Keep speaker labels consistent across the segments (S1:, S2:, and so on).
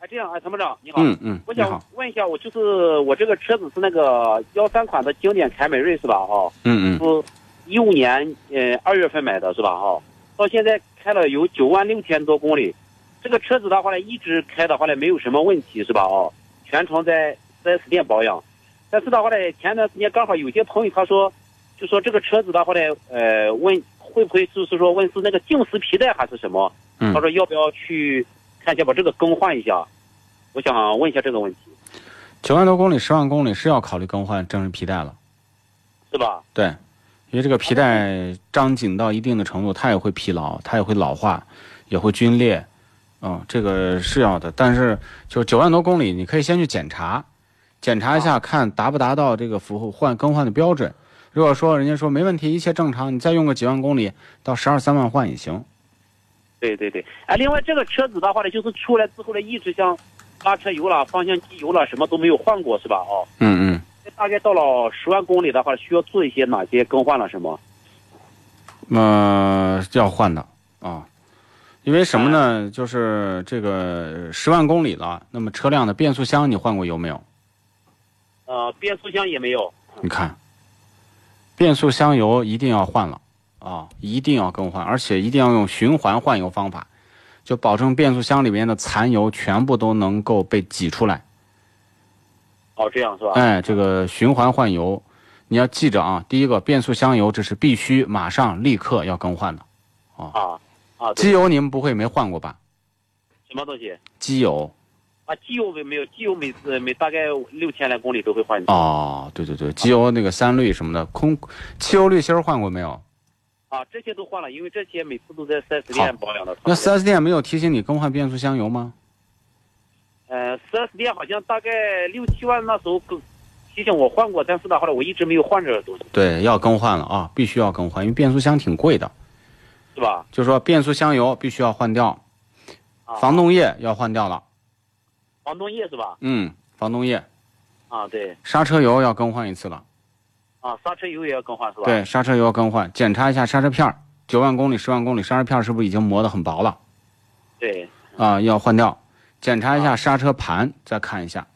S1: 哎，这样，哎，参谋长，你好，
S2: 嗯嗯，
S1: 我
S2: 你好
S1: 想，问一下，我就是我这个车子是那个幺三款的经典凯美瑞是吧？哦哈、
S2: 嗯嗯，
S1: 是一五年呃二月份买的是吧？哈、到现在开了有九万六千多公里，这个车子的话呢，一直开的话呢没有什么问题是吧？哦，全程在4 S 店保养，但是的话呢，前段时间刚好有些朋友他说，就说这个车子的话呢，呃，问会不会就是说问是那个定时皮带还是什么？
S2: 嗯
S1: 他说要不要去看一下把这个更换一下？我想问一下这个问题，
S2: 九万多公里、十万公里是要考虑更换正时皮带了，
S1: 是吧？
S2: 对，因为这个皮带张紧到一定的程度，它也会疲劳，它也会老化，也会皲裂，嗯，这个是要的。但是就九万多公里，你可以先去检查，检查一下看达不达到这个服务换更换的标准。如果说人家说没问题，一切正常，你再用个几万公里到十二三万换也行。
S1: 对对对，哎，另外这个车子的话呢，就是出来之后呢，一直像拉车油了、方向机油了，什么都没有换过，是吧？哦，
S2: 嗯嗯。
S1: 大概到了十万公里的话，需要做一些哪些更换了什么？
S2: 呃，要换的啊，因为什么呢？就是这个十万公里了，那么车辆的变速箱你换过油没有？
S1: 呃，变速箱也没有。
S2: 你看，变速箱油一定要换了啊，一定要更换，而且一定要用循环换油方法，就保证变速箱里面的残油全部都能够被挤出来。
S1: 哦，这样是吧？
S2: 哎，这个循环换油，你要记着啊，第一个变速箱油这是必须马上立刻要更换的，
S1: 啊啊，对
S2: 机油你们不会没换过吧？
S1: 什么东西？
S2: 机油。
S1: 啊，机油没没有，机油每次每大概六千来公里都会换一次。
S2: 哦，对对对，机油那个三滤什么的，空汽油滤芯儿换过没有？
S1: 啊，这些都换了，因为这些每次都在四 S 店保养的。
S2: 那 4S 店没有提醒你更换变速箱油吗？
S1: 呃，四 S 店好像大概六七万那时候更提醒我换过，但是的话呢，我一直没有换这个东西，
S2: 对，要更换了啊，必须要更换，因为变速箱挺贵的，
S1: 是吧？
S2: 就说变速箱油必须要换掉，
S1: 啊，
S2: 防冻液要换掉了，
S1: 防冻液是吧？
S2: 嗯，防冻液，
S1: 啊，对，
S2: 刹车油要更换一次了，
S1: 啊，刹车油也要更换是吧？，
S2: 对，刹车油要更换，检查一下刹车片儿，九万公里、十万公里，刹车片儿是不是已经磨得很薄了
S1: 对，
S2: 啊、要换掉，检查一下刹车盘，再看一下。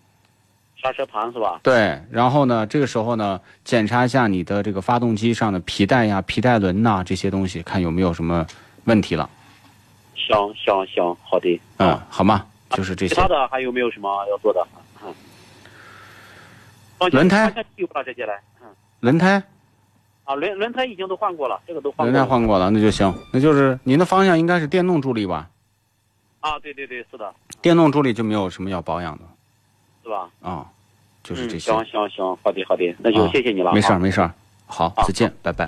S1: 刹车盘是吧？
S2: 对，然后呢，这个时候呢，检查一下你的这个发动机上的皮带呀、皮带轮呐、这些东西，看有没有什么问题了。
S1: 行行行，好的。
S2: 嗯，好吗？就是这
S1: 其
S2: 些
S1: 他。的还有没有什么要做的？嗯，方向
S2: 轮胎
S1: 方向机油了这些嘞。嗯，
S2: 轮胎，
S1: 啊，轮轮胎已经都换过了，这个都换
S2: 轮
S1: 过
S2: 胎
S1: 了。
S2: 换过了，那就行。那就是您的方向应该是电动助力吧？
S1: 啊，对对对，是的，
S2: 电动助力就没有什么要保养的
S1: 是吧？
S2: 啊、就是
S1: 嗯，
S2: 这些。
S1: 行行行，好的好的，那就
S2: 啊
S1: 谢谢你了。
S2: 没事
S1: 啊
S2: 儿，没事儿。好
S1: 啊，
S2: 再见，拜拜。